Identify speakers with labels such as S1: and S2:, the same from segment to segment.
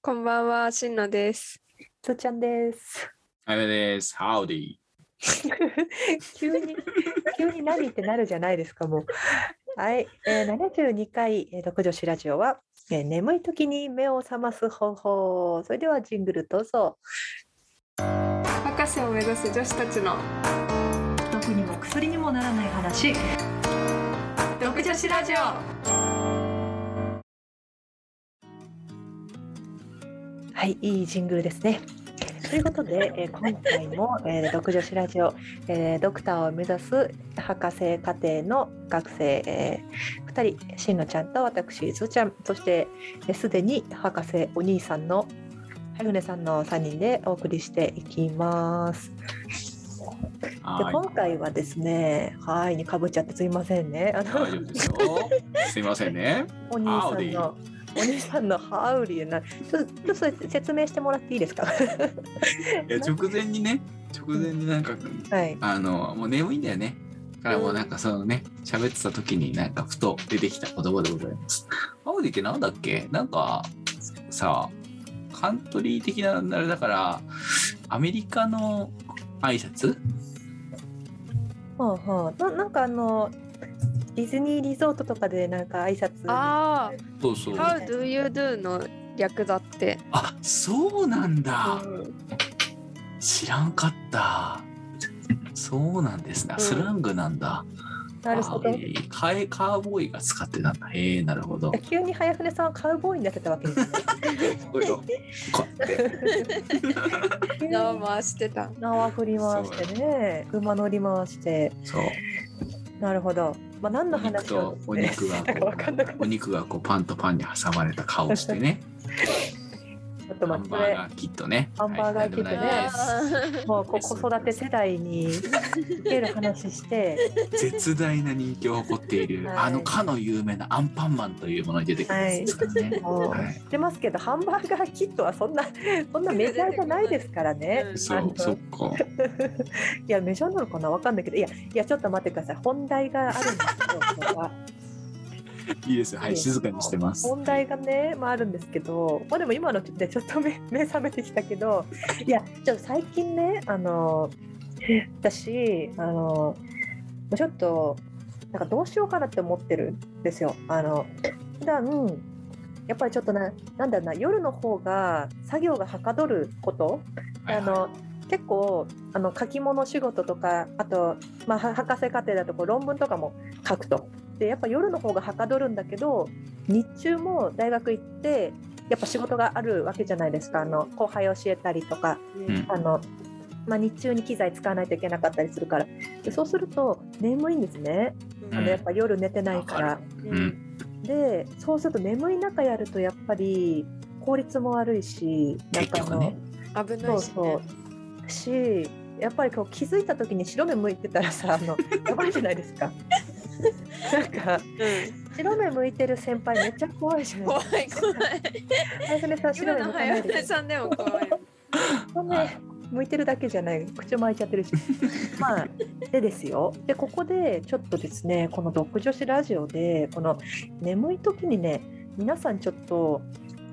S1: こんばんは、しんのです。
S2: つーちゃんです。
S3: あれです。ハウディ。
S2: 急に、急に何ってなるじゃないですか、もう。はい、えー、72回、えー、独女子ラジオは、えー眠い時に目を覚ます方法。それではジングルどうぞ。
S1: 博士を目指す女子たちの
S2: 毒にも薬にもならない話。
S1: 独女子ラジオ。
S2: はい、いいジングルですね。ということで、えー今回も、えー、独女子ラジオ、えードクターを目指す博士課程の学生、え2人、しんのちゃんと私、ずーちゃん、そしてえーすで、に博士お兄さんのはいふねさんの3人でお送りしていきます。で
S3: は
S2: 今
S3: い。
S2: 回はですね、はいにかぶっちゃってすいませんね。あの
S3: 大丈夫ですよ。すいませんね。
S2: お兄さんのお兄さんのハウリーな、ちょっとちょっとそれ説明してもらっていいですか。
S3: いや直前にね、直前になんか、
S2: はい。
S3: あの、もう眠いんだよね。だからもうなんかそのね、喋ってた時になんかふと出てきた言葉でございます。ハウディってなんだっけなんかさ、カントリー的なあれだから、アメリカの挨拶
S2: はあはあ、ななんかあのディズニーリゾートとかでなんか挨拶
S1: あ
S3: そうそ
S1: あ、
S3: う。
S1: How do you do の略だって。
S3: あ、そうなんだ。
S2: うん
S3: 知らんかった。そうなんですね。
S1: うん
S3: スラングなんだ。
S2: なるほど
S3: あえーカエカーボーイが使ってたんだ。へえ、なるほ ど。
S2: 急に早船さんはカウボーイになってたわけ ですね
S3: こういうのこうやって
S2: 急に
S1: 縄回してた。
S2: 縄振り回してね馬乗り回して
S3: そう。
S2: なるほど、まあ、何の
S3: お肉
S2: 話を
S3: とお肉が こ
S2: わかんなくな
S3: う
S2: っ、
S3: お肉がこうパンとパンに挟まれた顔してね。
S2: ちょっと
S3: ハ
S2: 待って
S3: ンバーガーキットね。
S2: ハンバーガーキットね
S3: はいなんでもない
S2: もうこ子育て世代に受ける話して、
S3: です絶大な人気を誇っている、
S2: はい
S3: あのかの有名なアンパンマンというものに出てくるんですからね。
S2: もう
S3: はい
S2: 知ってますけど、ハンバーガーキットはそ んな、そんなメジャーじゃないですからね。
S1: うん
S3: そう、そっか。
S2: いや、メジャーなのかなわかんないけど、いや、いや、ちょっと待ってください。本題があるんですけど、ここはい
S3: いですよ。はい、静かにしてます。
S2: 本題がね、まあ、あるんですけど、まあ、でも今のでちょっと目 目覚めてきたけどいやちょっと最近ねあの私あのちょっとなんかどうしようかなって思ってるんですよ。あの普段やっぱりちょっとななんだろうな夜の方が作業がはかどること
S3: はい
S2: あの結構あの書き物仕事とかあと、まあ、は博士課程だとこう論文とかも書くとでやっぱ夜の方がはかどるんだけど日中も大学行ってやっぱ仕事があるわけじゃないですかあの後輩教えたりとか
S3: うん
S2: あの、まあ、日中に機材使わないといけなかったりするからでそうすると眠いんですねあ
S3: うん
S2: のやっぱ夜寝てないから。
S3: わかうん
S2: でそうすると眠い中やるとやっぱり効率も悪いしなん
S3: 結
S2: かあ
S3: 局
S2: の、
S3: ね。
S1: 危ないう
S2: そ
S1: し
S2: そ
S1: ね。
S2: うしやっぱりこう気づいた時に白目向いてたらさあの やばいじゃないですか。なんか白目向いてる先輩めっちゃ怖いじゃ
S1: うん
S2: ない
S1: 怖
S2: ですか。
S1: い怖い。
S2: 早船さん白
S1: 今
S2: 目
S1: の
S2: 向かな
S1: 早
S2: いで
S1: 船さんでも怖い。
S2: 白目
S3: はい
S2: 向いてるだけじゃない口も開いちゃっ てるしまあでですよでここでちょっとですねこの「独女子ラジオで」この眠い時にね皆さんちょっと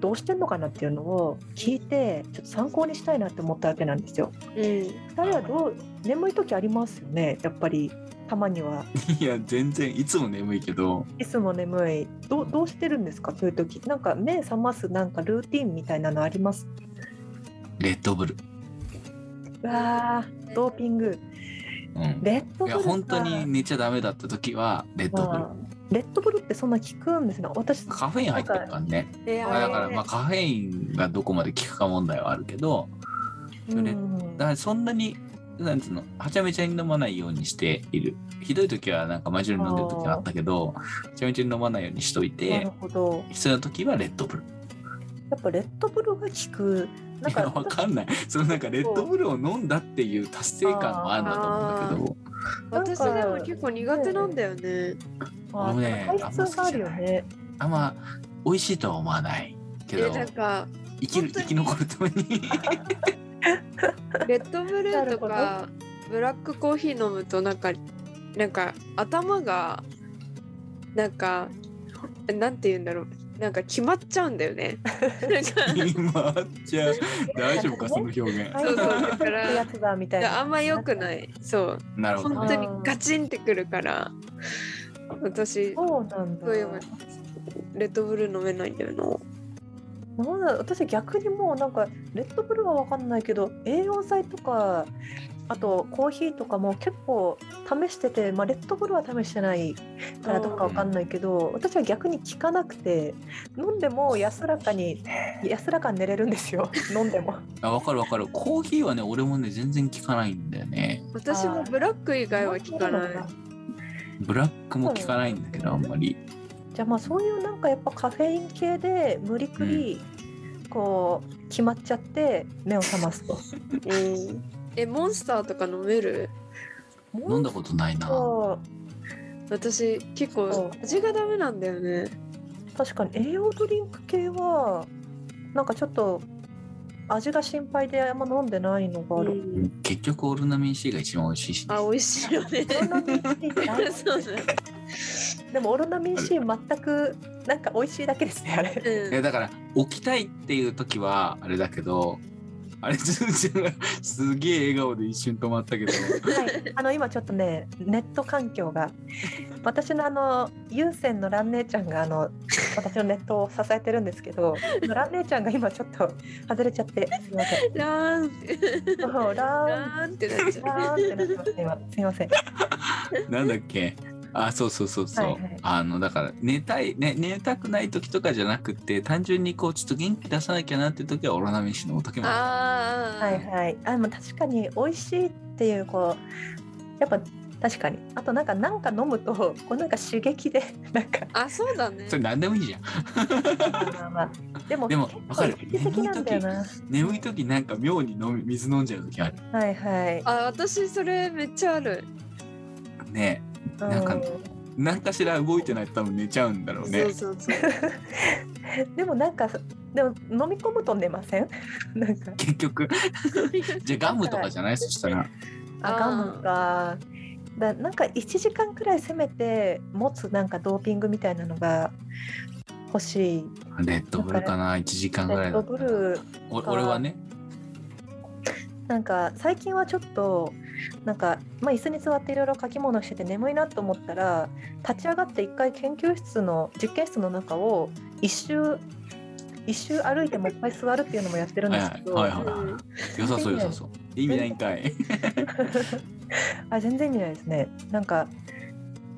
S2: どうしてんのかなっていうのを聞いてちょっと参考にしたいなって思ったわけなんですよ。
S1: うん。
S2: 二人はどう眠い時ありますよねやっぱりたまにはい
S3: や全然いつも眠いけど
S2: いつも眠いどうどうしてるんですかそういう時なんか目覚ますなんかルーティンみたいなのあります
S3: レッドブル、
S2: うわードーピング
S3: うん、
S2: レッドブル
S3: いや
S2: か
S3: 本当に寝ちゃダメだった時はレッドブル
S2: まあレッドブルってそんな効くんですね私
S3: カフェイン入ってるからね
S1: え
S3: だ
S2: なん
S1: あ
S2: か
S3: からまあカフェインがどこまで効くか問題はあるけど
S2: うん
S3: レだからそんなになんつうのはちゃめちゃに飲まないようにしているひどい時はなんか真面目に飲んでる時はあったけどはちゃめちゃに飲まないようにしとい
S2: なる
S3: て
S2: ほど
S3: 必要な時はレッドブル
S2: やっぱレッドブルが効くなん
S3: いや
S2: か
S3: わかんないそのなんかレッドブルを飲んだっていう達成感もあるんだと思うんだけど
S1: 私でも結構苦手なんだよね。
S2: あ
S3: 僕ね
S2: 体質があるよね
S3: あんま美味しいとは思わないけ
S1: え
S3: ど
S1: なんか
S3: 生きる生
S1: 本
S3: き
S1: 当に
S3: 残るために
S1: レッドブルーと
S2: な
S1: かブラックコーヒー飲むとなんかなんか頭がなんかなんて言うんだろう
S4: なんか決まっちゃうんだよね。なんか
S3: 今じゃあ大丈夫かその表現
S2: は
S4: そうそうだか
S2: いや
S4: ら
S2: つだみたいな。
S4: あんま良くない。そう
S3: なるほど
S4: 本
S3: ね
S4: 当にガチンってくるから私
S2: そうなんだ。
S4: そういうのレッドブル飲めないんだよな。
S2: なんだ私逆にもうなんかレッドブルは分かんないけど栄養剤とかあとコーヒーとかも結構試してて、まあ、レッドブルは試してないからどうか分かんないけど私は逆に効かなくて飲んでも安らかに安らかに寝れるんですよ飲んでも。
S3: あわかるわかるコーヒーはね俺もね全然効かないんだよね
S4: 私もブラック以外は聞かない。
S3: ブラックも効かないんだけどあんまり
S2: じゃあまあそういうなんかやっぱカフェイン系で無理くりこう決まっちゃって目を覚ますと。
S4: うんえモンスターとか飲める
S3: 飲んだことないな
S2: と
S4: 私結構
S2: そう
S4: 味がダメなんだよね。
S2: 確かに栄養ドリンク系はなんかちょっと味が心配であんま飲んでないのがある。
S4: うん
S3: 結局オルナミン C が一番美味しいし
S4: あ美味しいよね。
S2: オロナミン C 大好
S4: そうだ。
S2: きでもオロナミン C 全くなんか美味しいだけですねあれ。
S4: うん
S3: いやだから起きたいっていう時はあれだけどあれずずすげえ笑顔で一瞬止まったけど
S2: はい、あの今ちょっとねネット環境が私のあの有線の蘭姉ちゃんがあの私のネットを支えてるんですけど蘭姉ちゃんが今ちょっと外れちゃってすみま せん
S4: ラーンって
S2: そう蘭
S4: ラーンってなっちゃう。
S2: 蘭ってなってますね今すみません
S3: なんだっけあそうそうそうそう、
S2: はいはい
S3: あのだから寝たい、ね、寝たくない時とかじゃなくて単純にこうちょっと元気出さなきゃなっていう時はオロナミン C のお時もあ
S4: ああ、
S2: はいはい。あ、でも確かに美味しいっていうこうやっぱ確かに。あとなんかなんか飲むとこうなんか刺激で なんか
S4: あそうだね
S3: るそ。れ何でもいいじゃん
S2: まあまあまあでも
S3: でも
S2: 結
S3: わ
S2: 構
S3: かる
S2: 一時的なんだよな。
S3: 眠い時なんか妙に飲み水飲んじゃう時ある
S2: はいはい。
S4: あ私それめっちゃある。
S3: ね
S2: うん
S3: なんか何かしら動いてないと多分寝ちゃうんだろうね
S4: そうそうそう。
S2: でもなんかでも飲み込むと寝ません？ なんか
S3: 結局じゃあガムとかじゃないそしたら
S2: あ
S4: あー
S2: ガムか。だなんか1時間くらいせめて持つなんかドーピングみたいなのが欲しい。
S3: レッドブルかな1時間
S2: レ
S3: ぐらい
S2: ッ
S3: だ
S2: ド
S3: っ
S2: ブ
S3: たら
S2: ル
S3: お俺はね
S2: なんか最近はちょっとなんか、まあ、椅子に座っていろいろ書き物してて眠いなと思ったら立ち上がって一回研究室の実験室の中を一周一周歩いてもう一回座るっていうのもやってるんですけど、
S3: はいはいはいはい
S4: うん
S3: 良さそう良さそう意味ないんかい
S2: あ全然意味ないですねなんか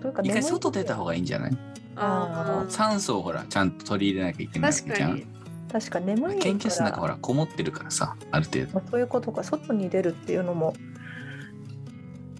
S2: というか
S3: 一
S2: 眠い
S3: 回外出た方がいいんじゃない
S4: ああ
S3: 酸素をほらちゃんと取り入れなきゃいけないわ
S4: 確
S3: けじ
S4: か
S3: ゃ
S4: に
S3: ん。
S2: 確か眠い
S3: 研究室の中
S2: か
S3: ほ
S2: ら
S3: らこもってるからさある程度
S2: まあ、そういうことか外に出るっていうのも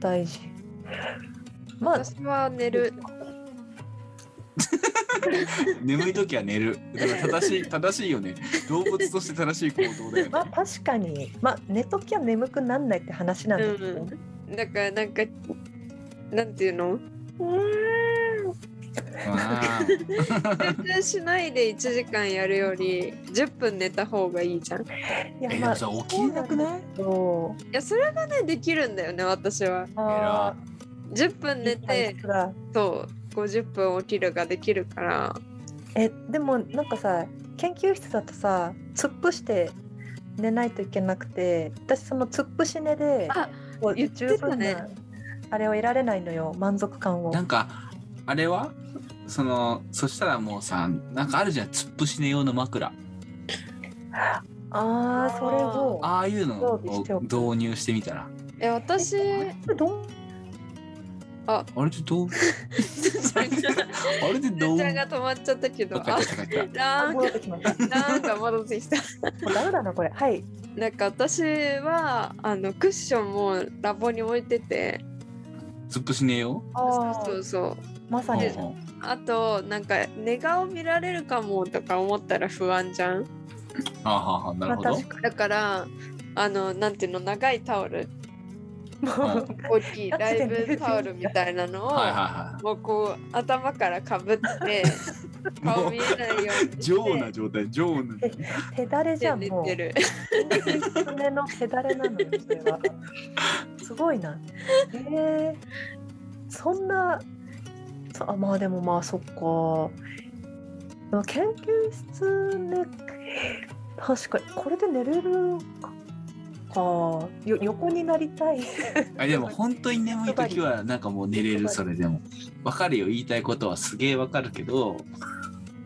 S2: 大事まあ
S4: 私は寝る。
S3: 眠い時は寝るだから正しい正しいよね動物として正しい行動 だよ
S2: まあ
S3: ね
S2: 確かに、まあ、寝ときゃ眠くなんないって話なんですけど、ね
S4: だからなんかなんていうの？
S3: あー
S4: 全然しないで1時間やるより10分寝た方がいいじゃん。い
S2: いや
S3: えで
S2: ま
S3: も
S2: あ
S3: さ起きれなくない
S2: そう
S4: やそれがねできるんだよね私は。
S2: あ
S4: 10分
S2: ー
S4: 寝
S2: いい
S4: て
S2: 体質だ
S4: そう50分起きるができるから。
S2: えでもなんかさ研究室だとさ突っ伏して寝ないといけなくて私その突っ伏し寝で
S4: あ
S2: こう
S4: 言ってたね
S2: 十分なあれを得られないのよ満足感を
S3: なんかあれはそのそしたらもうさなんかあるじゃん突っ伏し寝用の枕
S2: あーそれを
S3: ああいうのを
S2: そうしておく
S3: 導入してみたら
S4: え私
S2: どん
S3: あれでどう あれでど
S4: 電
S3: う
S4: 車が止まっちゃったけど
S3: あ。帰
S4: あ
S3: った帰った帰った
S2: あ
S4: ラーン
S2: 戻ってきましたも
S4: ラーンが戻ってきた。
S2: うダメだなこれはい
S4: なんか私はあのクッションもラボに置いてて
S3: 突っ伏し寝用
S2: あ
S4: そう
S2: ー
S4: そう
S2: まさに
S3: うんうん
S4: あとなんか寝顔見られるかもとか思ったら不安じゃん
S3: あーはーはーなる
S2: ま
S3: ほ
S2: あ
S3: ど、
S2: 確か
S4: だからあのなんていうの長いタオル
S2: にもう
S4: 大きいライブタオルみたいなのを
S3: はいは
S4: もうこう頭からかぶって
S3: いはい
S4: 顔見えないように
S3: 上
S4: し
S3: な状態上な
S2: 手だれじゃ
S4: て
S2: ん
S4: 寝
S2: もう
S4: てる
S2: 狐の手だれなのよそれはすごいなへえそんなそあまあでもまあそっかでも研究室ね確かにこれで寝れるかかよ横になりたい
S3: あでも本当に眠い時はなんかもう寝れるそれでもわかるよ言いたいことはすげえわかるけど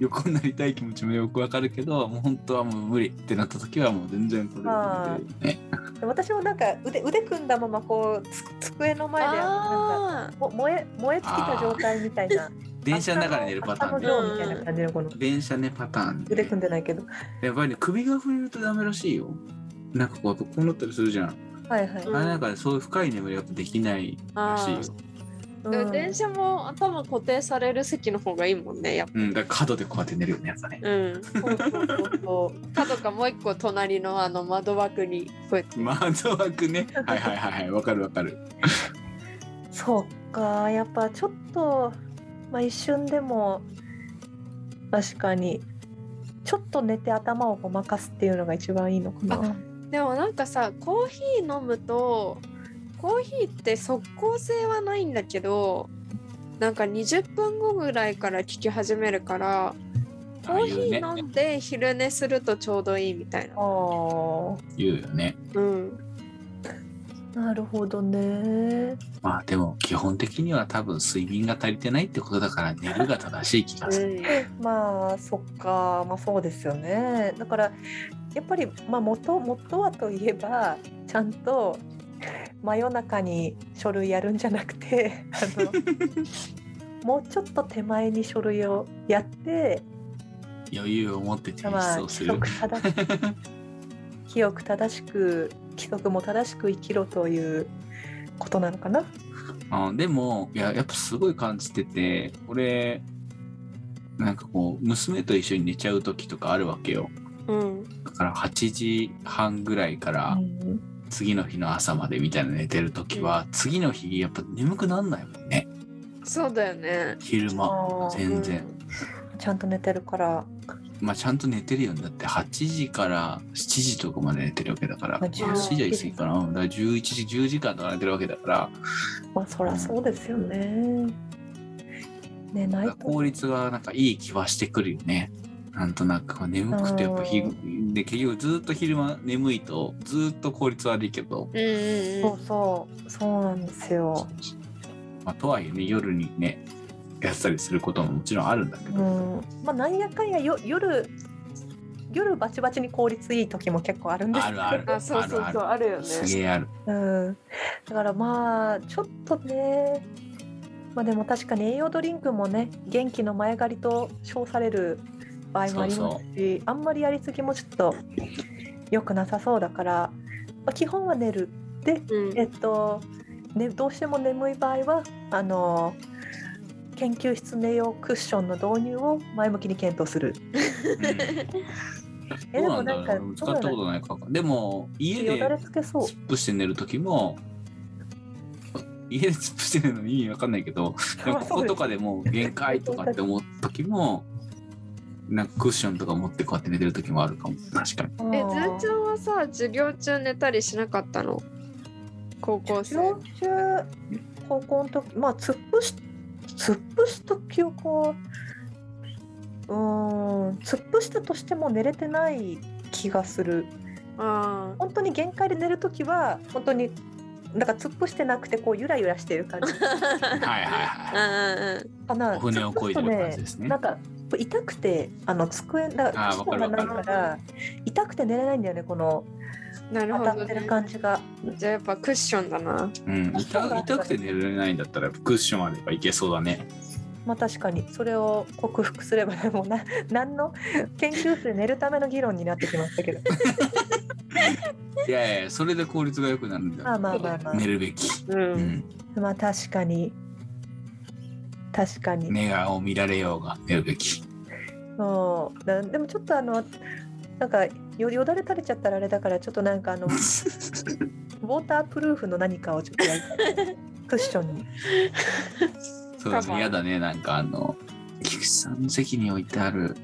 S3: 横になりたい気持ちもよくわかるけどもう本当はもう無理ってなった時はもう全然これ
S2: あ
S3: で寝れるよね
S2: で私もなんか腕腕組んだままこうつ机の前でなんか
S4: あ
S2: も燃え燃え尽きた状態みたいな
S3: 電車の中で寝るパターン
S2: ね
S3: ね
S4: 朝の
S2: みたいな感じのこの
S3: 電車ねパターン
S2: 腕
S3: で
S2: 組んでないけど
S3: やっぱりね首が触れるとダメらしいよなんかこうやっぱこうなったりするじゃん、
S2: はいはい、
S4: うん
S3: あれなんかねそういう深い眠りはやっぱできないらしいよ
S4: あー
S2: うん
S4: 電車も頭固定される席の方がいいもんねやっぱ
S3: うんだから角でこうやって寝るようなやつだね
S4: うん
S2: そうそうそうそう
S4: 角かもう一個隣のあの窓枠にこうやって、
S3: 窓枠ねはいはいはいはいわかるわかる
S2: そうかやっぱちょっと、まあ、一瞬でも確かにちょっと寝て頭をごまかすっていうのが一番いいのかな。
S4: でもなんかさコーヒー飲むとコーヒーって即効性はないんだけどなんか20分後ぐらいから効き始めるからコ
S3: あ
S4: ーヒ
S3: 言うね
S4: ー飲んで昼寝するとちょうどいいみたいな
S2: あ。ー
S3: 言うよね
S4: うん、
S2: なるほどね。
S3: まあでも基本的には多分睡眠が足りてないってことだから寝るが正しい気がする。
S2: まあそっかまあそうですよね。だからやっぱり、まあ、元元はといえばちゃんと真夜中に書類やるんじゃなくてあの もうちょっと手前に書類をやって
S3: 余裕を持って提
S2: まあ、
S3: 出をす
S2: 規
S3: る。
S2: 則正しく 清く正しく規則も正しく生きろということなのかな。
S3: うん、でもいややっぱすごい感じてて俺なんかこう娘と一緒に寝ちゃう時とかあるわけよ。
S4: うん、
S3: だから8時半ぐらいか
S2: う
S3: ら
S2: ん
S3: 次の日の朝までみたいな寝てる時は次の日やっぱ眠くなんないもんね
S4: そうだよね
S3: 昼間。
S2: あー
S3: 全然
S2: ちゃんと寝てるから、
S3: まあちゃんと寝てるよねだって8時から7時とかまで寝てるわけだから
S2: まあ
S3: 7時は言い過ぎかなうんだから11時10時間とか寝てるわけだから
S2: まあそりゃそうですよね。寝ないと
S3: 効率がなんかいい気はしてくるよねなんとなくこう眠くてやっぱ昼で結局ずっと昼間眠いとずっと効率悪いけど、
S4: うんうん
S2: そうそうそうなんですよ。
S3: まあ、とはいえね夜にねやったりすることももちろんあるんだけ
S2: う
S3: ど、
S2: ん、まあなんやかんやよ夜夜バチバチに効率いい時も結構あるんです
S3: あるある
S4: あそうそう
S3: あ
S4: そう
S3: るあ
S4: あるよ
S3: る
S4: ね
S3: すげえある
S2: うん、だからまあちょっとねまあでも確かに栄養ドリンクもね元気の前借りと称される場合もありますし
S3: そう
S2: あんまりやりすぎもちょっと良くなさそうだから、まあ基本は寝るで
S4: うん
S2: えっと、ね、どうしても眠い場合はあの研究室寝用クッションの導入を前向きに検討する。
S3: うん、どうなんだろ
S2: えでもなんか
S3: うね使ったことないからでも家
S2: よ
S3: で
S2: だれつけそう
S3: 突っ伏して寝る時も家で突っ伏して寝るの意味わかんない けどでもこことかでもう限界とかって思う時もなんかクッションとか持ってこうやって寝てる時もあるかも確 か
S2: う
S3: に
S2: ん
S4: えずーちゃんはさ授業中寝たりしなかったの高校生
S2: 幼中高校の時まあ突っ伏し突っ伏した記憶はうーん突っ伏したとしても寝れてない気がする
S4: あ
S2: 本当に限界で寝る時は本当になんか突っ伏してなくてこうゆらゆらしてる感 じ
S3: はい
S4: あ
S3: は
S4: うんうんう
S3: いは
S4: ん
S2: か
S3: い
S2: な
S3: お船をこいでる感じですね
S2: なんか痛くてあの机だから
S3: あーわかる
S2: が
S3: わか
S2: ない
S3: る
S2: から痛くて寝れないんだよねこの
S4: なる
S2: 当
S4: ほ
S2: た
S4: ど、
S2: って
S4: ね
S2: る。感じが、
S4: じゃあやっぱクッションだな。
S3: うん痛痛くて寝れないんだったらクッションあればいけそうだね
S2: まあ確かにそれを克服すればでもな 何の研究室で寝るための議論になってきましたけど
S3: いやいやそれで効率が良くなるんだ
S2: まあまあまあまあ
S3: 寝るべき、
S4: う。
S3: うんん、
S2: まあ確かに確かに、
S3: 寝顔を見られようが寝る べき
S2: そうなでもちょっとあのなんかよよだれ垂れちゃったらあれだからちょっとなん かあのウォータープルーフの何かをちょっとやりたいクッションに
S3: そうです
S4: カバー
S3: ね、やだね、なんかあの、菊池さんの席に置いてある、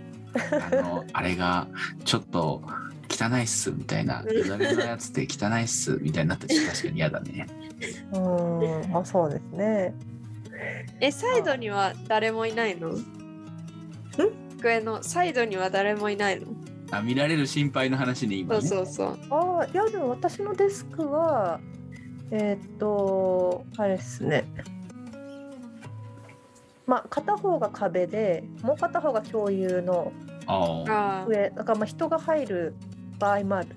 S3: あ の、あれが、ちょっと、汚いっす、みたいな、よだれのやつって汚いっす、みたいになったし、確かに嫌だね。
S2: うんまあそうですね
S4: え、サイドには誰もいないの机のサイドには誰もいないの
S3: あ見られる心配の話に今
S4: そう
S3: ね
S4: そうそう
S2: あーいやでも私のデスクはえーっとあれですねまあ片方が壁でもう片方が共有の
S3: ああ
S4: あー
S2: 上だからまあ人が入る場合もある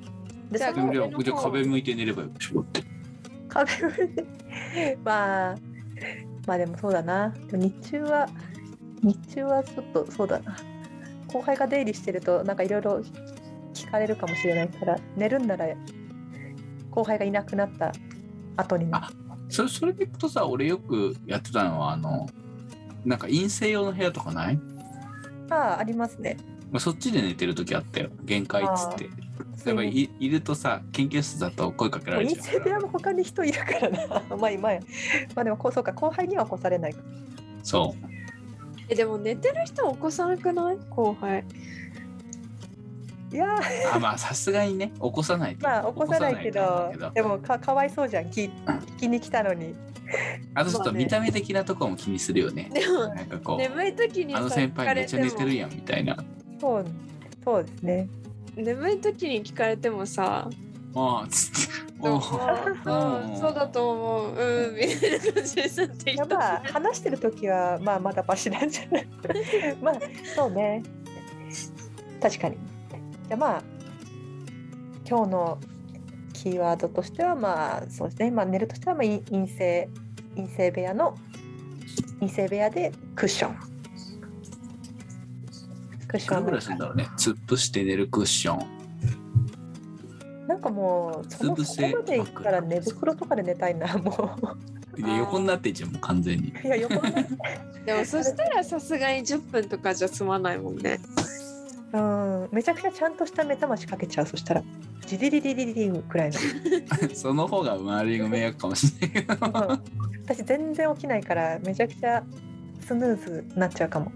S2: で
S4: じゃあ
S2: そ
S3: でも
S2: の
S3: じゃ
S4: 上の方
S3: あじゃあ壁向いて寝ればよくしょって
S2: 壁で まあまあでもそうだなでも日中は日中はちょっとそうだな後輩が出入りしてるとなんかいろいろ聞かれるかもしれないから寝るんなら後輩がいなくなった後に
S3: あそれそれでいくとさ俺よくやってたのはあのなんか陰性用の部屋とかない、
S2: ああありますね。
S3: まあ、そっちで寝てる時あったよ限界っつって例えばいいるとさ研究室だと声かけ
S2: も
S3: ら
S2: う
S3: れ
S2: 陰
S3: ちゃ
S2: 性
S3: う
S2: 部
S3: から
S2: 屋も他に人いるからな。 まあ今や。まあでもこうそうか後輩には起こされないか。
S3: そう
S4: えでも寝てる人起こさなくない後輩
S2: いやー
S3: あまあさすがにね起こさないと
S2: まあ起こさないけ
S3: 起こさ
S2: ど
S3: ないと思う
S2: でもかかわいそうじゃん聞聞きに来たのに。
S3: あとちょ
S4: ま
S3: っ
S4: あ
S3: と
S4: ね
S3: 見た目的なとこも気にするよね
S4: でも
S3: なんかこう
S4: 眠い時に
S3: あ
S4: さ
S3: の先輩めっちゃ寝
S4: 聞
S3: て
S4: かれ
S3: る
S4: て
S3: やんみたいな
S2: そうそうですね。
S4: も眠い時に聞かれてもさ
S3: ああつって
S4: な
S3: お
S4: ん
S3: う
S4: かうんそうだと思ううんみたいな感じで去っていっ
S2: や
S4: た
S2: っぱ話してる時はまあまだマシなんじゃない まあそうね確かにじゃあまあ今日のキーワードとしてはまあそうですね、まあ、寝るとしてはまあ陰陰性陰性部屋の陰性部屋でクッションクッ
S3: い
S2: シ
S3: く
S2: ョ
S3: らぐらいする
S2: ン
S3: んだろうね突っ伏して寝るクッション
S2: なんかもうその
S3: うつ伏
S2: そこ
S3: せ
S2: までいったら寝袋とかで寝たいなも
S3: で
S4: あー
S3: 横になってんじゃんもう完全に
S2: う いや横になって
S4: でもそしたらさすがに10分とかじゃ済まないもんね
S2: うんめちゃくちゃちゃんとした目覚ましかけちゃうそしたらジリリリリリリくらいの
S3: その方が周りが迷惑かもしれないけど
S2: うん私全然起きないからめちゃくちゃスヌーズになっちゃうかも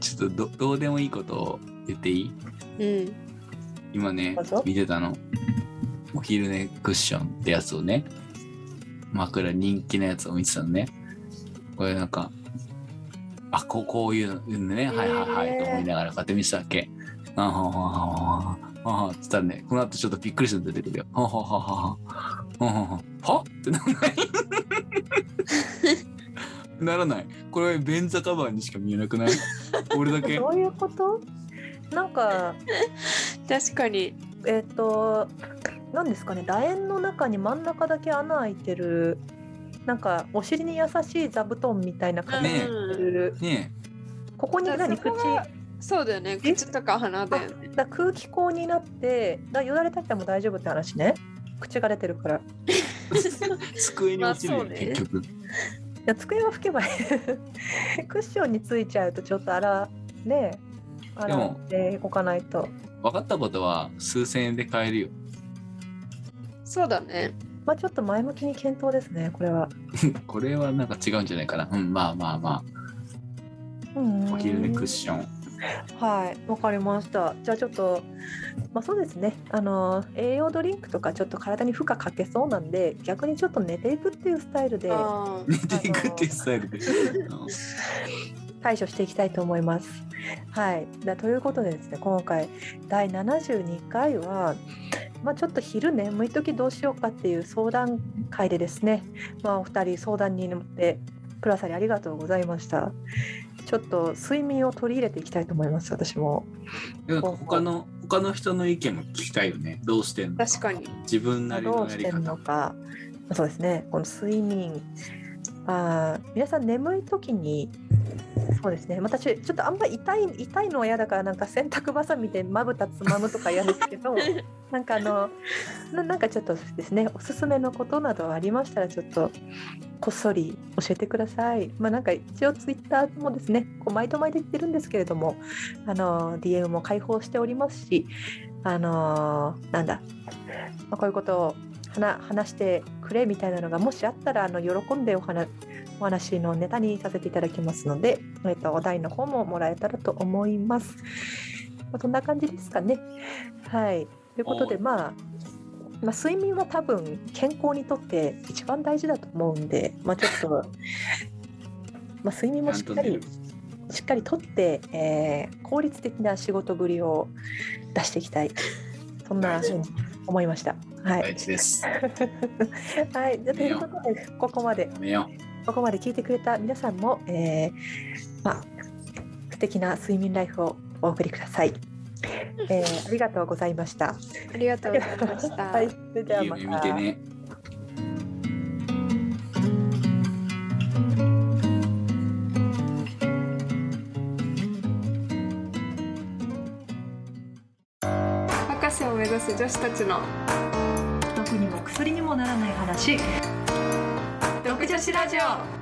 S3: ちょっとどどうでもいいことを言っていい
S4: うん
S3: 今ね
S2: どうぞ
S3: 見てたのお昼寝クッションってやつをね枕人気なやつを見てたのねこれなんかあこうこういうのねはいはいは
S4: へ
S3: い
S4: ー
S3: と思いながらこうやって見てたわけあははははあははっつったらねこの後ちょっとびっくりするの出てくるよはははははははははってならないならないこれ便座カバーにしか見えなくない俺だけ
S2: どういうことなんか
S4: 確かに
S2: えっ、と何ですかね楕円の中に真ん中だけ穴開いてるなんかお尻に優しい座布団みたいな感じ
S3: ね
S2: る、
S3: ね
S2: ここに
S4: だから
S2: 何
S4: そ
S2: 口
S4: こがそうだよね口とか鼻だよね
S2: だ空気口になってだよだれたっても大丈夫って話ね口が出てるからい
S3: え机に落ちるよ、
S4: まあそうね
S3: 結局
S2: や机は拭けばい いクッションについちゃうとちょっと洗ね
S3: で
S2: 洗
S3: も
S2: っておかないと
S3: 分かったことは数千円で買えるよ
S4: そうだね
S2: まあちょっと前向きに検討ですね、これは。
S3: これはなんか違うんじゃないかなうんまあまあまあお昼寝クッション
S2: はい、わかりました。じゃあちょっと、まあそうですね、あの栄養ドリンクとかちょっと体に負荷かけそうなんで、逆にちょっと寝ていくっていうスタイルで
S4: あー
S3: 寝ていくっていうスタイルで
S2: 対処していきたいと思います。はい、だということでですね、今回第72回は、まあ、ちょっと昼眠い時どうしようかっていう相談会でですね、まあ、お二人相談に乗ってくださりありがとうございました。ちょっと睡眠を取り入れていきたいと思います、私も。
S3: うんなんか他の他の人の意見も聞きたいよねどうしてんの
S4: 確か に
S3: 自分なり
S2: ど
S3: の
S2: う
S3: や
S2: し
S3: り
S2: てん
S3: 方
S2: のかそうですねこの睡眠あー皆さん眠い時にそうですね私ちょっとあんまり痛い痛いのは嫌だからなんか洗濯ばさみでまぶたつまむとか嫌ですけ どなんかあのななんかちょっとですねおすすめのことなどありましたらちょっとこっそり教えてください。まあなんか一応ツイッターもですね、こう毎度毎度言ってるんですけれども、あの DM も開放しておりますし、あのなんだ、まあ、こういうことを話話してくれみたいなのがもしあったらあの喜んでお話お話のネタにさせていただきますので、えっと、お題の方ももらえたらと思います。まあ、そんな感じですかね。はい、ということで、
S3: お
S2: まあ、まあ、睡眠は多分健康にとって一番大事だと思うんで、まあ、ちょっと、まあ、睡眠もしっかり
S3: ちゃんと
S2: しっかりとって、えー効率的な仕事ぶりを出していきたいそんなふうに思いました。はい
S3: 大、事です。
S2: はい、じゃあということでここまで
S3: やめよ
S2: ここまで聞いてくれた皆さんも、えーまあ、素敵な睡眠ライフをお送りください。えーありがとうございました。
S4: ありがとうございました。
S2: はい、それ
S3: う。
S2: で
S3: い
S2: はいま
S3: 夢見て
S2: た。
S3: ね。
S1: 博士を目指す女子たちの
S5: 毒にも薬にもならない話
S1: 独女子ラジオ